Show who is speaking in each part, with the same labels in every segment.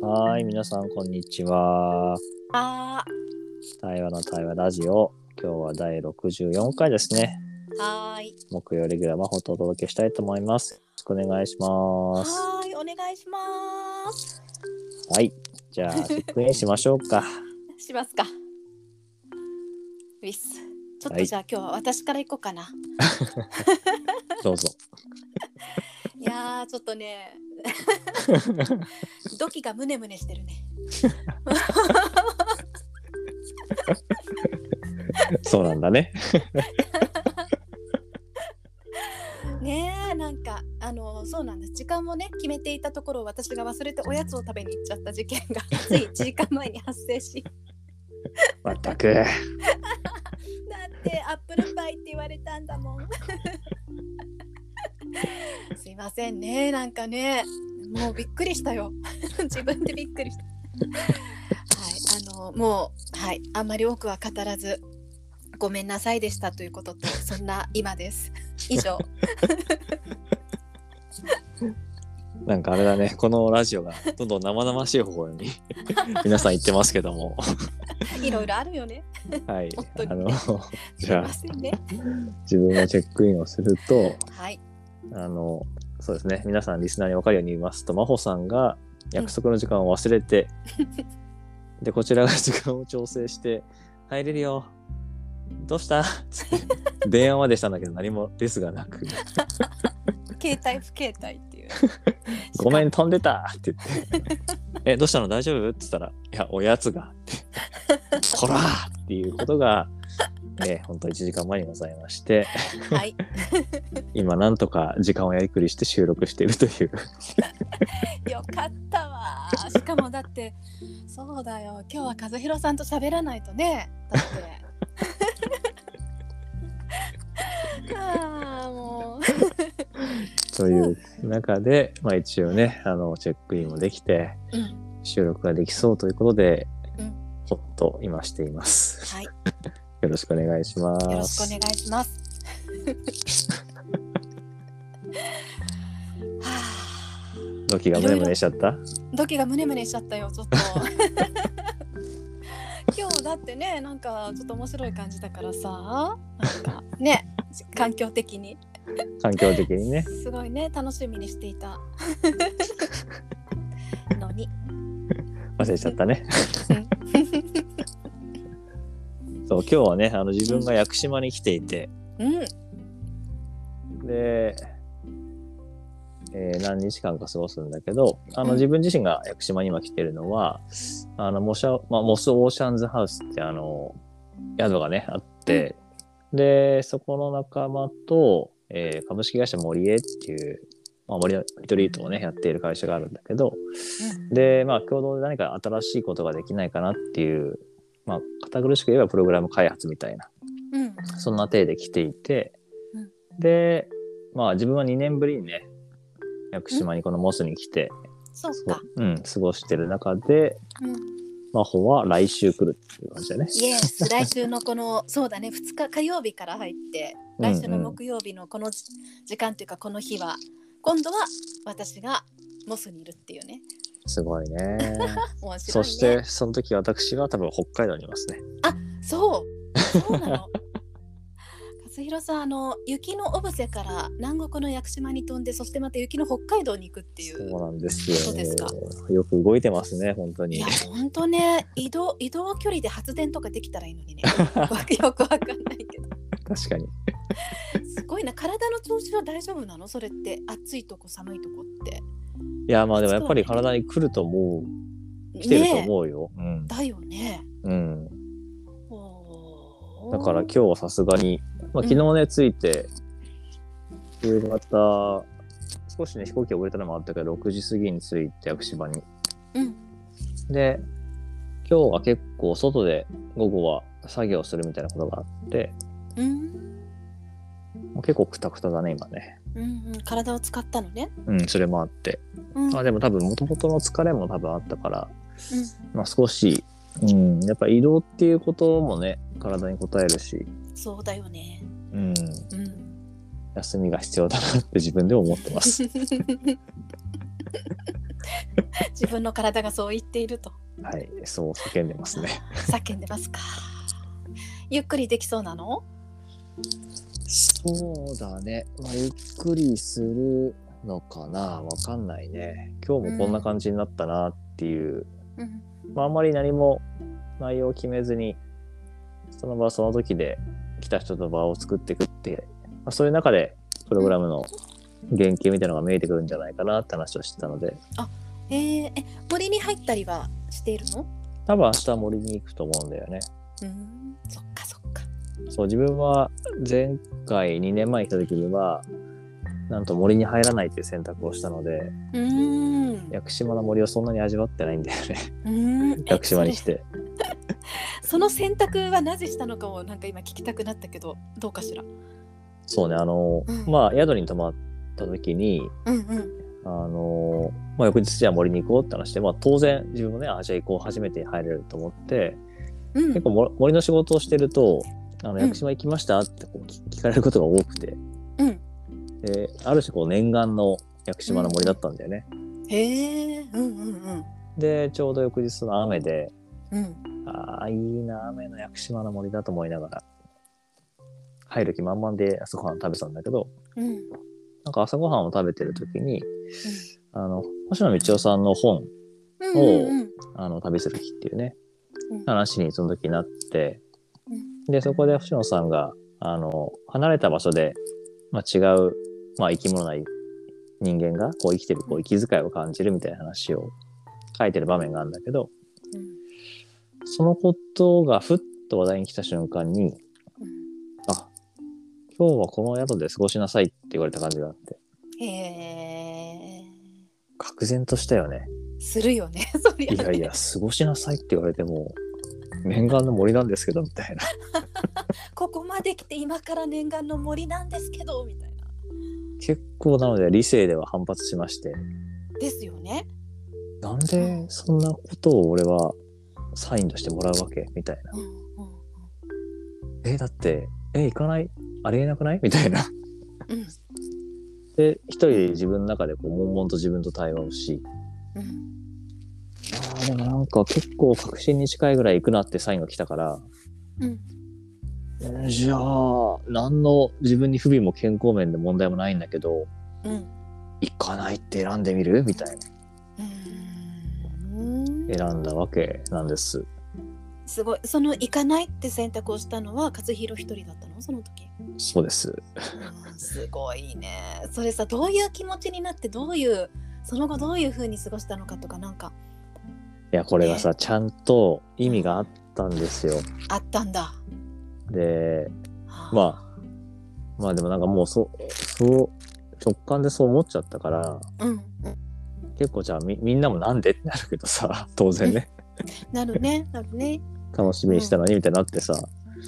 Speaker 1: はーい、皆さん、こんにちは。
Speaker 2: は
Speaker 1: 対話の対話ラジオ。今日は第64回ですね。
Speaker 2: はーい。
Speaker 1: 木曜レギュラーまほとお届けしたいと思います。よろしくお願いします。
Speaker 2: はーい、お願いします。
Speaker 1: はい。じゃあ、チェックインしましょう か。
Speaker 2: しますか。ウィス。ちょっとじゃあ、今日は私から行こうかな。
Speaker 1: どうぞ。
Speaker 2: いやー、ちょっとね。ドキがムネムネしてるね。
Speaker 1: そうなんだね。
Speaker 2: ねえ、なんか、あの、そうなんです。時間もね、決めていたところ、私が忘れておやつを食べに行っちゃった事件が。つい1時間前に発生し。
Speaker 1: まったく。
Speaker 2: だってアップルパイって言われたんだもん。 すいませんね、なんかね、もうびっくりした よ。自分でびっくりした。はい、あの、もう、はい、あんまり多くは語らず。ごめんなさいでしたということと、そんな今です。以上。
Speaker 1: なんかあれだね。このラジオがどんどん生々しい方向 に皆さん言ってますけども。
Speaker 2: いろいろあるよね。
Speaker 1: はい
Speaker 2: 本。当
Speaker 1: あ
Speaker 2: に
Speaker 1: の
Speaker 2: ね、
Speaker 1: じゃ
Speaker 2: すい
Speaker 1: あ、
Speaker 2: ませんね。
Speaker 1: 自分がチェックインをすると、
Speaker 2: はい、
Speaker 1: あの、そうですね。皆さん、リスナーに分かるように言いますと、真帆さんが約束の時間を忘れて、で、こちらが時間を調整して、入れるよ。どうしたつって電話までしたんだけど、何もレスがなく、
Speaker 2: 携帯不携帯っていう。
Speaker 1: ごめん、飛んでたって言って、え、どうしたの大丈夫って言ったら、いや、おやつが。ってこらっていうことが、え、本当1時間前にございまして、
Speaker 2: はい、
Speaker 1: 今、なんとか時間をやりくりして収録しているという。
Speaker 2: よかったわー。しかもだって、そうだよ。今日は和弘さんと喋らないとね。だって。ああ、もう。
Speaker 1: という中で、まあ、一応ねあのチェックインもできて
Speaker 2: うん、
Speaker 1: 収録ができそうということで、
Speaker 2: うん
Speaker 1: ほっと今しています。
Speaker 2: はい、
Speaker 1: よろしくお願いします。
Speaker 2: よろしくお願いします。はあ、
Speaker 1: ドキがムネムネしちゃった
Speaker 2: ドキがムネムネしちゃったよ。ちょっと。今日だってね、なんかちょっと面白い感じだからさ。なんかね、環境的に。
Speaker 1: 環境的にね。
Speaker 2: すごいね楽しみにしていた のに
Speaker 1: 忘れちゃったね。
Speaker 2: う ん
Speaker 1: そう今日はねあの自分が屋久島に来ていて
Speaker 2: うん
Speaker 1: で、えー何日間か過ごすんだけどあ
Speaker 2: う
Speaker 1: の
Speaker 2: ん
Speaker 1: 自分自身が屋久島に今来てるのはあのモシャ、まあ、モスオーシャンズハウスってあの宿がねあって、でそこの仲間と、えー株式会社森江っていう、まあ、森のリトリートをねやっている会社があるんだけどでまあ共同で何か新しいことができないかなっていう、まあ、堅苦しく言えばプログラム開発みたいな
Speaker 2: うん
Speaker 1: そんな体で来ていて、
Speaker 2: うん
Speaker 1: で、まあ自分は2年ぶりにね、屋久島にこのモスに来て、
Speaker 2: そう
Speaker 1: そ
Speaker 2: か
Speaker 1: ううん、過ごしてる中で、
Speaker 2: うん
Speaker 1: 真帆は来週来るっていう感じだね。
Speaker 2: イエス来週のこのそうだね2日火曜日から入って来週の木曜日のこのじ時間というかこの日は今度は私がモスにいるっていうね
Speaker 1: すごい ね。
Speaker 2: 面白いね
Speaker 1: そして、その時私が多分北海道にいますね。
Speaker 2: そうそう なの和弘さんあの雪の小布施から南国の屋久島に飛んでそしてまた雪の北海道に行くってい
Speaker 1: そうなんですよ。
Speaker 2: そうですか
Speaker 1: よく動いてますね、本当
Speaker 2: い
Speaker 1: に
Speaker 2: や。本当ね移動移動距離で発電とかできたらいいの にねわよくわかんないけど
Speaker 1: 確かに。
Speaker 2: すごいな体の調子は大丈夫なのそれって暑いとこ寒いとこって
Speaker 1: いや、まあでもやっぱり体に来ると思う。来てると
Speaker 2: ね
Speaker 1: 思うよ。
Speaker 2: えだよね
Speaker 1: うん。
Speaker 2: お
Speaker 1: だ
Speaker 2: ー
Speaker 1: から今日はさすがに、まあ、昨日ね、着いて、夕方、少しね、飛行機遅れたのもあったけど、6時過ぎに着いて、屋久島に。
Speaker 2: うん
Speaker 1: で、今日は結構外で午後は作業するみたいなことがあって、
Speaker 2: うん
Speaker 1: もう結構クタクタだね、今ね。
Speaker 2: うんうん、体を使ったのね。
Speaker 1: うん、それもあって。
Speaker 2: うん、
Speaker 1: まあでも多分、元々の疲れも多分あったから、
Speaker 2: うん
Speaker 1: まあ少し、うん、やっぱ移動っていうこともね、体に応えるし、
Speaker 2: そうだよね。
Speaker 1: うん、
Speaker 2: うん。
Speaker 1: 休みが必要だなって自分でも思ってます。
Speaker 2: 自分の体がそう言っていると
Speaker 1: はい、そう叫んでますね。
Speaker 2: 叫んでますか。ゆっくりできそうなの？
Speaker 1: そうだね。まあ、ゆっくりするのかなわかんないね。今日もこんな感じになったなっていう。
Speaker 2: うん。
Speaker 1: まあ、あんまり何も内容を決めずに、その場その時で来た人と場を作っていくって、まあ、そういう中でプログラムの原型みたいなのが見えてくるんじゃないかなって話をしてたので、
Speaker 2: えー、え森に入ったりはしているの？
Speaker 1: 多分明日森に行くと思うんだよね。
Speaker 2: うん。そっかそっか。
Speaker 1: そう、自分は前回2年前に来た時には、なんと森に入らないっていう選択をしたので、
Speaker 2: うーん。
Speaker 1: 屋久島の森をそんなに味わってないんだ よね
Speaker 2: うーん。え
Speaker 1: 屋久島にし
Speaker 2: そ
Speaker 1: て
Speaker 2: れその選択はなぜしたのかをなんか今聞きたくなったけどどうかしら。
Speaker 1: そうねあの、
Speaker 2: うん
Speaker 1: まあ宿に泊まった時に
Speaker 2: うんうん。
Speaker 1: あの、まあ、翌日じゃあ森に行こうって話して、まあ、当然自分もねあじゃあ行こう初めて入れると思って
Speaker 2: うん
Speaker 1: 結構も森の仕事をしてると「あの
Speaker 2: ん
Speaker 1: 屋久島行きました?」ってこう聞聞かれることが多くて
Speaker 2: うん。
Speaker 1: である種こう念願の屋久島の森だったんだよね。
Speaker 2: へえ。うんうんうん。
Speaker 1: でちょうど翌日の雨で
Speaker 2: うん。
Speaker 1: ああいいな雨の屋久島の森だと思いながら入る気満々で朝ごはん食べてたんだけど
Speaker 2: うん。
Speaker 1: なんか朝ごはんを食べてる時に、あの、星野道夫さんの本、
Speaker 2: うん。
Speaker 1: おう
Speaker 2: うんうん
Speaker 1: あの、旅する日っていうね、
Speaker 2: うん
Speaker 1: 話にその時なって、で、そこで星野さんが、あの、離れた場所で、まあ、違う、まあ、生き物なり人間が、こう、生きてる、こう、息遣いを感じるみたいな話を書いてる場面があるんだけど、
Speaker 2: うん。
Speaker 1: そのことがふっと話題に来た瞬間に、
Speaker 2: うん
Speaker 1: あ、今日はこの宿で過ごしなさいって言われた感じがあって、
Speaker 2: へえ。
Speaker 1: 愕然としたよね。
Speaker 2: するよね。 そりゃ
Speaker 1: いや
Speaker 2: ね
Speaker 1: いや、過ごしなさいって言われても、念願の森なんですけど、みたいな。
Speaker 2: ここまで来て今から念願の森なんですけどみたいな。
Speaker 1: 結構なので、理性では反発しまして、
Speaker 2: ですよね。
Speaker 1: なんでそんなことを俺はサインとしてもらうわけみたいな。
Speaker 2: うんうん
Speaker 1: え、だって、え、行かないありえなくないみたいな。
Speaker 2: うん
Speaker 1: で、一人で自分の中でこう、悶々と自分と対話をし、
Speaker 2: うん
Speaker 1: あーでもなんか結構確信に近いぐらい行くなってサインが来たから、
Speaker 2: う
Speaker 1: う
Speaker 2: ん
Speaker 1: んじゃあ、何の自分に不備も健康面で問題もないんだけど、
Speaker 2: うん
Speaker 1: 行かないって選んでみるみたいな。
Speaker 2: うん
Speaker 1: 選んだわけなんです。
Speaker 2: すごいその行かないって選択をしたのは和弘一人だったのその時、
Speaker 1: そうです。
Speaker 2: うんすごいねそれさどういう気持ちになってどういうその後どういう風に過ごしたのかとかなんか
Speaker 1: いや、これがさ、ちゃんと意味があったんですよ。
Speaker 2: あったんだ
Speaker 1: で、
Speaker 2: あ
Speaker 1: まあ、まあでもなんかもうそ、そう、直感でそう思っちゃったから、
Speaker 2: うんうん
Speaker 1: 結構じゃあみみんなもなんでってなるけどさ、 当然ね、
Speaker 2: なる ねなるね
Speaker 1: 楽しみにしたのにみたいになってさ、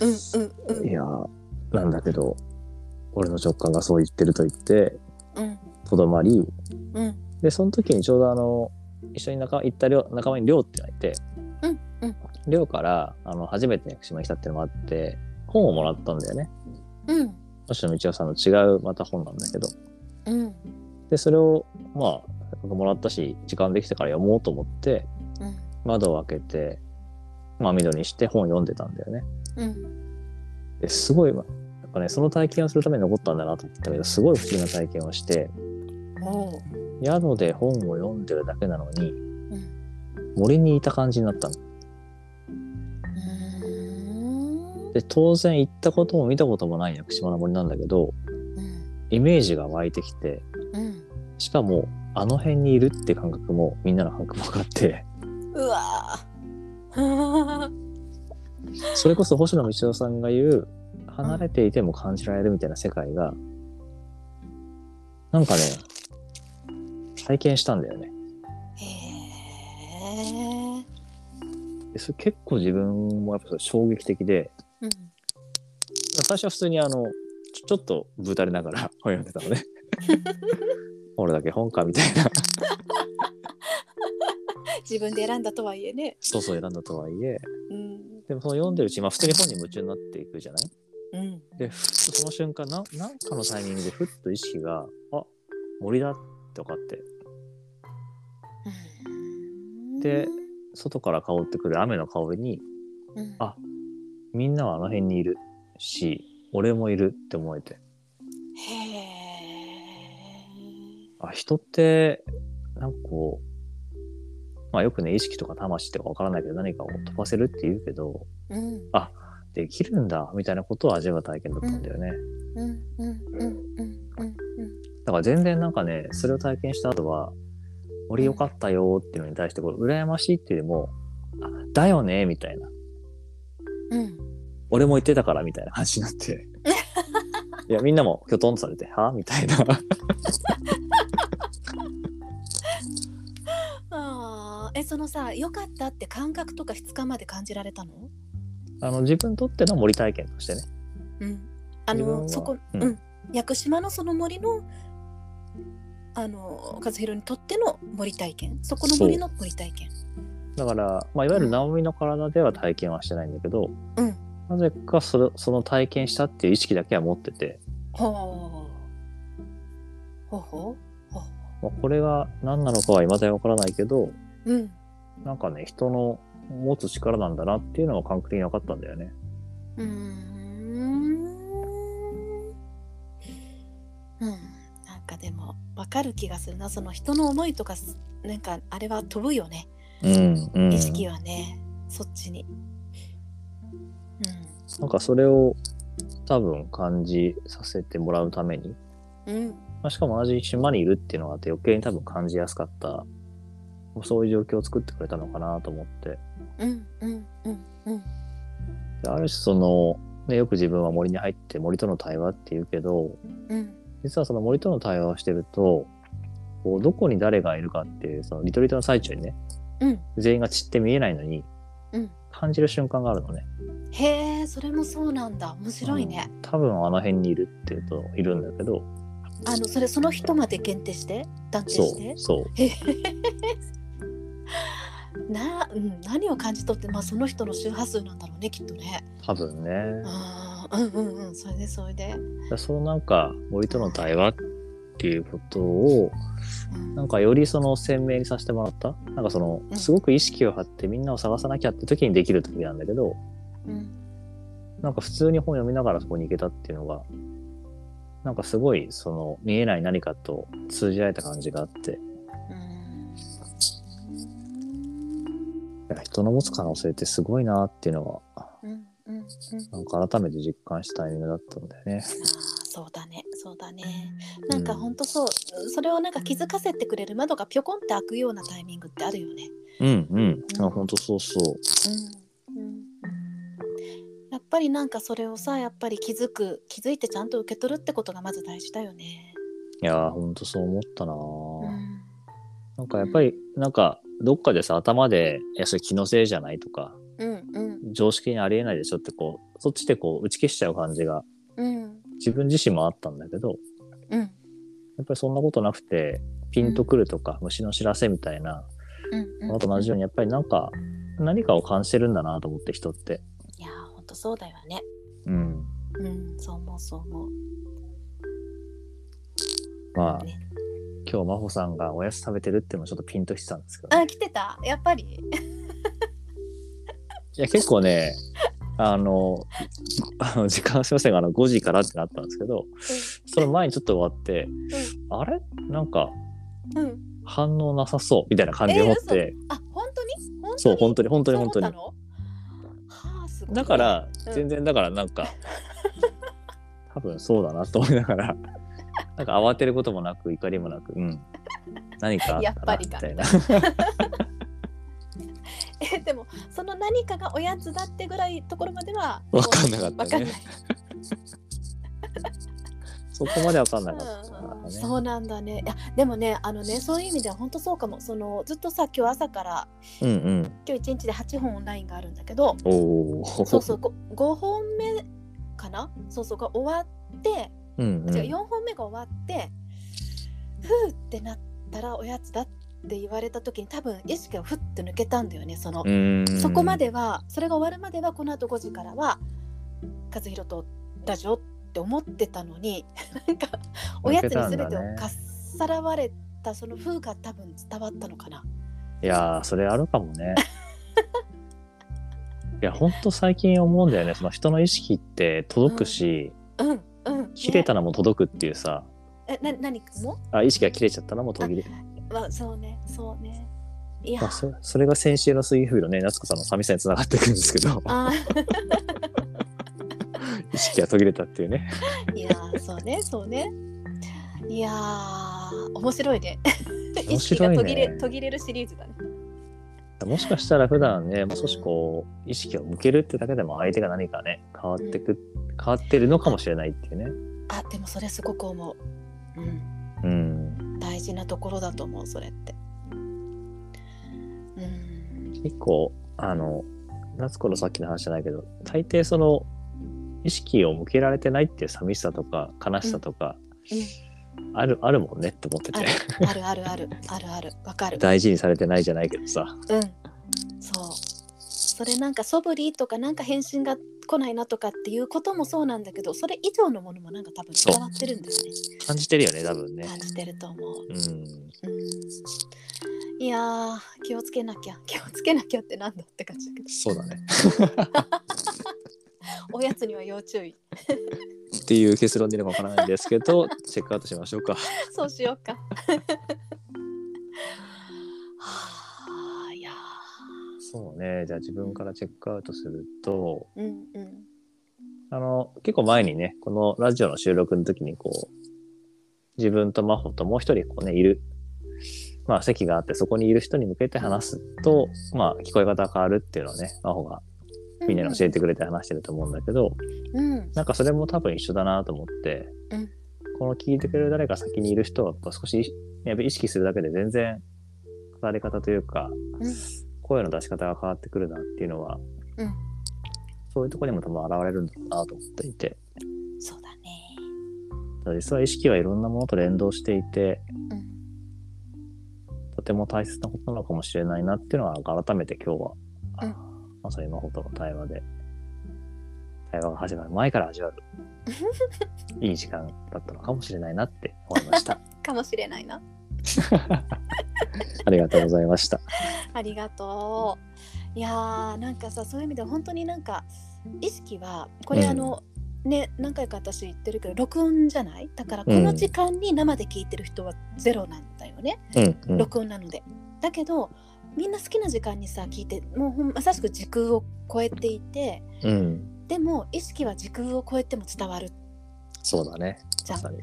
Speaker 2: うんうんうん
Speaker 1: いやー、なんだけど、俺の直感がそう言ってると言って、
Speaker 2: うん
Speaker 1: とどまり、
Speaker 2: うん
Speaker 1: で、その時にちょうどあの、一緒に仲行った寮仲間に寮っていうのがいて、
Speaker 2: うんうん
Speaker 1: 寮からあの初めて屋久島に来たっていうのもあって、本をもらったんだよね。
Speaker 2: うん
Speaker 1: 星野道夫さんの違うまた本なんだけど。
Speaker 2: うん
Speaker 1: で、それを、まあ、もらったし、時間できてから読もうと思って、
Speaker 2: うん
Speaker 1: 窓を開けて、まあ、緑にして本を読んでたんだよね。
Speaker 2: うん
Speaker 1: ですごい、まあやっぱね、その体験をするために残ったんだなと思ったけど、すごい不思議な体験をして、
Speaker 2: おう
Speaker 1: 宿で本を読んでるだけなのに、
Speaker 2: うん
Speaker 1: 森にいた感じになったの。
Speaker 2: うーん
Speaker 1: で、当然行ったことも見たこともない屋久島の森なんだけど、
Speaker 2: うん
Speaker 1: イメージが湧いてきて、
Speaker 2: うん
Speaker 1: しかも、あの辺にいるって感覚も、みんなの感覚も分かって、
Speaker 2: うわー
Speaker 1: それこそ星野道夫さんが言う、離れていても感じられるみたいな世界が、なんかね、体験したんだよね。
Speaker 2: へえ
Speaker 1: でそれ結構自分もやっぱそれ衝撃的で、
Speaker 2: うん
Speaker 1: 最初は普通にあの、ちょちょっとぶたれながら本読んでたのね。俺だけ本かみたいな。
Speaker 2: 自分で選んだとはいえね
Speaker 1: そうそう選んだとはいえ。
Speaker 2: うん
Speaker 1: でもその読んでるうちに、まあ普通に本に夢中になっていくじゃない
Speaker 2: うん
Speaker 1: で、ふっとその瞬間、ななんかのタイミングでふっと意識が、あ森だとかって、て外から香ってくる雨の香りに
Speaker 2: うん
Speaker 1: あみんなはあの辺にいるし俺もいるって思えて
Speaker 2: へえ
Speaker 1: あ人ってなんかこうまあよくね意識とか魂とかわからないけど何かを飛ばせるって言うけど
Speaker 2: うん
Speaker 1: できるんだみたいなことを味わう体験だったんだよね、
Speaker 2: うんうんうんうんうんうん
Speaker 1: だから全然なんかねそれを体験した後は俺よかったよっていうのに対してこう羨ましいっていうよりもあだよねみたいな
Speaker 2: うん
Speaker 1: 俺も言ってたからみたいな 話になって いやみんなもきょとんとされてはみた いな
Speaker 2: あーえそのさ良かったって感覚とか質感まで感じられたの
Speaker 1: あの自分にとっての森体験としてね
Speaker 2: うんあ
Speaker 1: 自分は
Speaker 2: のそこ、
Speaker 1: う
Speaker 2: うんん屋久島のその森のあの和弘にとっての森体験そこの森の森体験
Speaker 1: だから、まあ、いわゆる直美の体では体験はしてないんだけど、
Speaker 2: うん
Speaker 1: なぜかそれその体験したっていう意識だけは持ってて、
Speaker 2: ほうほうほうほ
Speaker 1: まあ、これが何なのかは未だにわからないけど
Speaker 2: ううん
Speaker 1: なんかね人の持つ力なんだなっていうのが感覚的に分かったんだよね。
Speaker 2: うーんうんなんかでもわかる気がするなその人の思いとかすなんかあれは飛ぶよね
Speaker 1: うんうん
Speaker 2: 意識はね、そっちに
Speaker 1: なんかそれを多分感じさせてもらうために、
Speaker 2: うんうん
Speaker 1: まあ、しかも同じ島にいるっていうのがあって余計に多分感じやすかったそういう状況を作ってくれたのかなと思って
Speaker 2: うんうんうんうん
Speaker 1: である種その、ね、よく自分は森に入って森との対話っていうけど
Speaker 2: うん
Speaker 1: 実はその森との対話をしてるとこうどこに誰がいるかっていうそのリトリートの最中にね
Speaker 2: うん
Speaker 1: 全員が散って見えないのに
Speaker 2: うん
Speaker 1: 感じる瞬間があるのね
Speaker 2: へえそれもそうなんだ面白いね、
Speaker 1: 多分あの辺にいるっていうといるんだけど
Speaker 2: あのそれその人まで限定して断定
Speaker 1: そ
Speaker 2: して
Speaker 1: うそう
Speaker 2: な、うん、何を感じ取って、まあ、その人の周波数なんだろうねきっとね
Speaker 1: 多分ね
Speaker 2: あーうんうんうんそれでそれで、
Speaker 1: でそのなんか森との対話っていうことを
Speaker 2: うん
Speaker 1: なんかよりその鮮明にさせてもらったなんかその
Speaker 2: うん
Speaker 1: すごく意識を張ってみんなを探さなきゃって時にできる時なんだけど
Speaker 2: うん
Speaker 1: なんか普通に本読みながらそこに行けたっていうのがなんかすごいその見えない何かと通じ合えた感じがあって
Speaker 2: うん
Speaker 1: いや人の持つ可能性ってすごいなっていうのが
Speaker 2: うんうんうん
Speaker 1: なんか改めて実感したタイミングだったんだよね。
Speaker 2: あーそうだねそうだねなんかほんとそうそれをなんか気づかせてくれる窓がぴょこんって開くようなタイミングってあるよね。
Speaker 1: うんうんあ本当そうそう。
Speaker 2: うんうんやっぱりなんかそれをさやっぱり気づく気づいてちゃんと受け取るってことがまず大事だよね。
Speaker 1: いやーほんとそう思ったな
Speaker 2: う
Speaker 1: ー、
Speaker 2: ん
Speaker 1: なんかやっぱりなんかどっかでさ頭で「いやそれ気のせいじゃない」とか
Speaker 2: うんうん
Speaker 1: 常識にありえないでしょってこうそっちでこう打ち消しちゃう感じが
Speaker 2: うん
Speaker 1: 自分自身もあったんだけど
Speaker 2: うん
Speaker 1: やっぱりそんなことなくてピンとくるとか、虫の知らせみたいな
Speaker 2: うん
Speaker 1: のと同じようにやっぱりなんか何かを感じてるんだなと思って人って。
Speaker 2: いやーほんとそうだよね。
Speaker 1: うん
Speaker 2: うんそう思うそう思う。
Speaker 1: まあ
Speaker 2: ね
Speaker 1: 今日真帆さんがおやつ食べてるっていうのもちょっとピンときてたんですけど、ね、
Speaker 2: あ来てたやっぱり。
Speaker 1: いや結構ねあのあの時間すいませんがあの5時からってなったんですけどその前にちょっと終わって、あれなんか
Speaker 2: うんうん。
Speaker 1: 反応なさそうみたいな感じを持って、
Speaker 2: あ本当に本当に
Speaker 1: そう本当に本当に本当に
Speaker 2: そう思ったのはあすごいね
Speaker 1: だから、
Speaker 2: うん
Speaker 1: 全然だからなんか多分そうだなと思いながらなんか慌てることもなく怒りもなく、うん、何かあ
Speaker 2: やっ
Speaker 1: った
Speaker 2: ぱ
Speaker 1: な
Speaker 2: り
Speaker 1: み
Speaker 2: か
Speaker 1: たいな
Speaker 2: えでもその何かがおやつだってぐらいところまでは
Speaker 1: わかんなかったね
Speaker 2: わかんない
Speaker 1: そこまで分かんなかった
Speaker 2: うん
Speaker 1: ね。
Speaker 2: そうなんだねいやでもねあのねそういう意味では本当そうかもそのずっとさ今日朝から
Speaker 1: うんうん。
Speaker 2: 今日一日で8本オンラインがあるんだけど
Speaker 1: おお。
Speaker 2: そうそう 5, 本目かなそうそうが終わって
Speaker 1: うん、うん。
Speaker 2: 違う4本目が終わってふうってなったらおやつだって言われた時に多分意識がふって抜けたんだよねその、
Speaker 1: うん
Speaker 2: そこま。ではそれが終わるまではこの後5時からは和弘とラジオって思ってたのに なん かおやつに全てをかっさらわれたその風が多分伝わったのかな。
Speaker 1: いやーそれあるかもね いやほんと最近思うんだよねその人の意識って届くし、
Speaker 2: うんうん。
Speaker 1: 切れたのも届くっていうさ
Speaker 2: ね。え、な、何かも。
Speaker 1: あ意識が切れちゃったのも途切れ
Speaker 2: わ、そうね、そうね。いや
Speaker 1: まあ、。そそれが先週の水曜日のね夏子さんの寂しさにつながっていくんですけど
Speaker 2: あ
Speaker 1: 意識が途切れたっていうね
Speaker 2: ー、いやー、そうね、そうね。いやー、面白いね。意
Speaker 1: 面
Speaker 2: 識
Speaker 1: 白い
Speaker 2: が
Speaker 1: ね
Speaker 2: 途切れ、途切れるシリーズだね。
Speaker 1: もしかしたら普段ねもう少しこう意識を向けるってだけでも相手が何かね変わってく変わってるのかもしれないっていうね
Speaker 2: あ、でも、それすごく思う。
Speaker 1: う
Speaker 2: うん、
Speaker 1: ん
Speaker 2: 大事なところだと思う、それって。 うん。
Speaker 1: 結構あの夏子のさっきの話じゃないけど大抵その意識を向けられてないっていう寂しさとか悲しさとか、あるあるもんねって思って
Speaker 2: あ
Speaker 1: て
Speaker 2: る、ある、ある、ある、ある、ある、わかる。
Speaker 1: 大事にされてないじゃないけどさ
Speaker 2: うん、そうそれなんか素振りとかなんか返信が来ないなとかっていうこともそうなんだけどそれ以上のものもなんか多分
Speaker 1: そう
Speaker 2: 伝わってるんですね
Speaker 1: 感じてるよね多分ね
Speaker 2: 感じてると思う、
Speaker 1: うん
Speaker 2: うん、いやー気をつけなきゃ 気をつけなきゃってなんだって感じだけど
Speaker 1: そうだね
Speaker 2: おやつには要注意
Speaker 1: っていう結論でいいのかわからないんですけど チェックアウトしましょうか
Speaker 2: そうしようか はあいや
Speaker 1: そうねじゃあ自分からチェックアウトすると
Speaker 2: ーうんうん
Speaker 1: あの結構前にねこのラジオの収録の時にこう自分と真帆ともう一人こうねいるまあ席があってそこにいる人に向けて話すとまあ聞こえ方が変わるっていうのをね真帆がみんなに教えてくれて話してると思うんだけど、
Speaker 2: うん
Speaker 1: なんかそれも多分一緒だなと思って、
Speaker 2: うん
Speaker 1: この聞いてくれる誰か先にいる人はやっぱ少しやっぱ意識するだけで全然語り方というか、
Speaker 2: うん
Speaker 1: 声の出し方が変わってくるなっていうのは、
Speaker 2: うん
Speaker 1: そういうところにも多分現れるんだろうなと思っていて
Speaker 2: そうだね
Speaker 1: 実は意識はいろんなものと連動していて
Speaker 2: うん
Speaker 1: とても大切なことなのかもしれないなっていうのは改めて今日は、
Speaker 2: うん
Speaker 1: まさに真帆との対話で対話が始まる前から味わる いい時間だったのかもしれないなって思いま した。
Speaker 2: かもしれないな
Speaker 1: ありがとうございました。
Speaker 2: ありがとう。いやーなんかさそういう意味では本当になんか意識はこれ
Speaker 1: うん
Speaker 2: あの、ね何回か私言ってるけど録音じゃないだからこ
Speaker 1: うん
Speaker 2: の時間に生で聞いてる人はゼロなんだよね、
Speaker 1: うん、うん、
Speaker 2: 録音なので。だけどみんな好きな時間にさ聞いてもうほんまさしく時空を超えていて
Speaker 1: うん、
Speaker 2: でも意識は時空を超えても伝わる
Speaker 1: そうだね。
Speaker 2: じゃ
Speaker 1: ま
Speaker 2: ん。
Speaker 1: さに。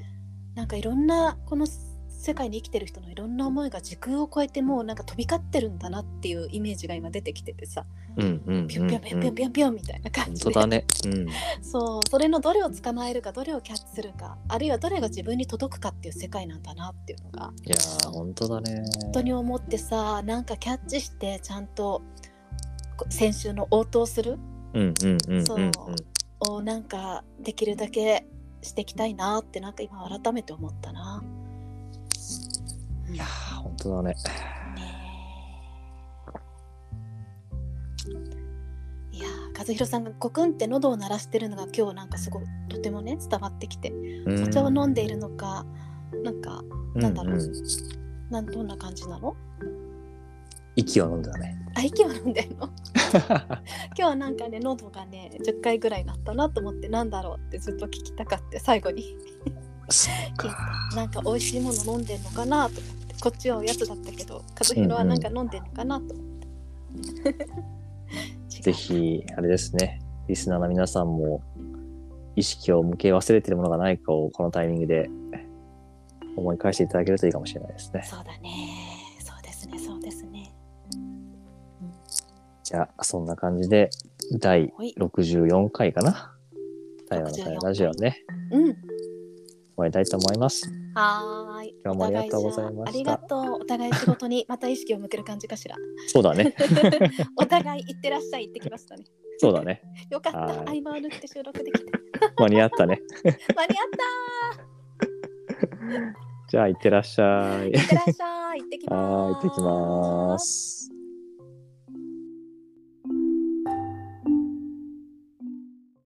Speaker 2: なんかいろんなこの世界に生きてる人のいろんな思いが時空を超えてもうなんか飛び交ってるんだなっていうイメージが今出てきててさ。
Speaker 1: うん、うん、
Speaker 2: ピ
Speaker 1: う
Speaker 2: ョ
Speaker 1: ん、
Speaker 2: ン
Speaker 1: う
Speaker 2: ピョンピョンピョン
Speaker 1: ん。
Speaker 2: ピョンピョンみたいな感
Speaker 1: 本
Speaker 2: じ
Speaker 1: 当
Speaker 2: で、
Speaker 1: だね。うん、
Speaker 2: そうそれのどれを捕まえるかどれをキャッチするかあるいはどれが自分に届くかっていう世界なんだなっていうのが
Speaker 1: いやー、本当だね。
Speaker 2: 本当に思ってさなんかキャッチしてちゃんとこ先週の応答する
Speaker 1: うん、うん、うん、うん、
Speaker 2: そう
Speaker 1: うん。
Speaker 2: をなんかできるだけしていきたいなってなんか今改めて思ったな。
Speaker 1: いやー、本当だね。
Speaker 2: いやー和弘さんがコクンって喉を鳴らしてるのが今日なんかすごいとてもね伝わってきて
Speaker 1: うん
Speaker 2: お茶を飲んでいるのかなんかなんだろう
Speaker 1: うんうん
Speaker 2: なんどんな感じなの
Speaker 1: 息を飲んだね。
Speaker 2: あ息を飲んでんの 今日はなんかね喉がね10回ぐらいなったなと思ってなんだろうってずっと聞きたかって最後に
Speaker 1: そっ
Speaker 2: 聞い
Speaker 1: か。
Speaker 2: たなんか美味しいもの飲んでんのかなと思ってこっちはおやつだったけど和弘はなんか飲んでんのかなと思って、
Speaker 1: ぜ ひ、あれですね。リスナーの皆さんも。意識を向け忘れてるものがないかを、このタイミングで。思い返していただけるといいかもしれないですね。
Speaker 2: そうだねそうですねそうですね
Speaker 1: じゃあ、そんな感じで。第
Speaker 2: ほい
Speaker 1: 64回かな。台湾の台湾ラジオね。
Speaker 2: うん
Speaker 1: 終わりたいと思います。
Speaker 2: はーい
Speaker 1: 今日もありがとうございました
Speaker 2: お互じゃあありがとうお互い仕事にまた意識を向ける感じかしら
Speaker 1: そうだね。
Speaker 2: お互い行ってらっしゃい行ってきましたね
Speaker 1: そうだね。
Speaker 2: よかった
Speaker 1: は
Speaker 2: 合
Speaker 1: い
Speaker 2: 間を縫って収録できて
Speaker 1: 間に合ったね。
Speaker 2: 間に合っ
Speaker 1: じゃあ、いってらっしゃい。
Speaker 2: たいってらっしゃい行ってき
Speaker 1: は
Speaker 2: ま
Speaker 1: ーい、
Speaker 2: ー
Speaker 1: 行ってきます。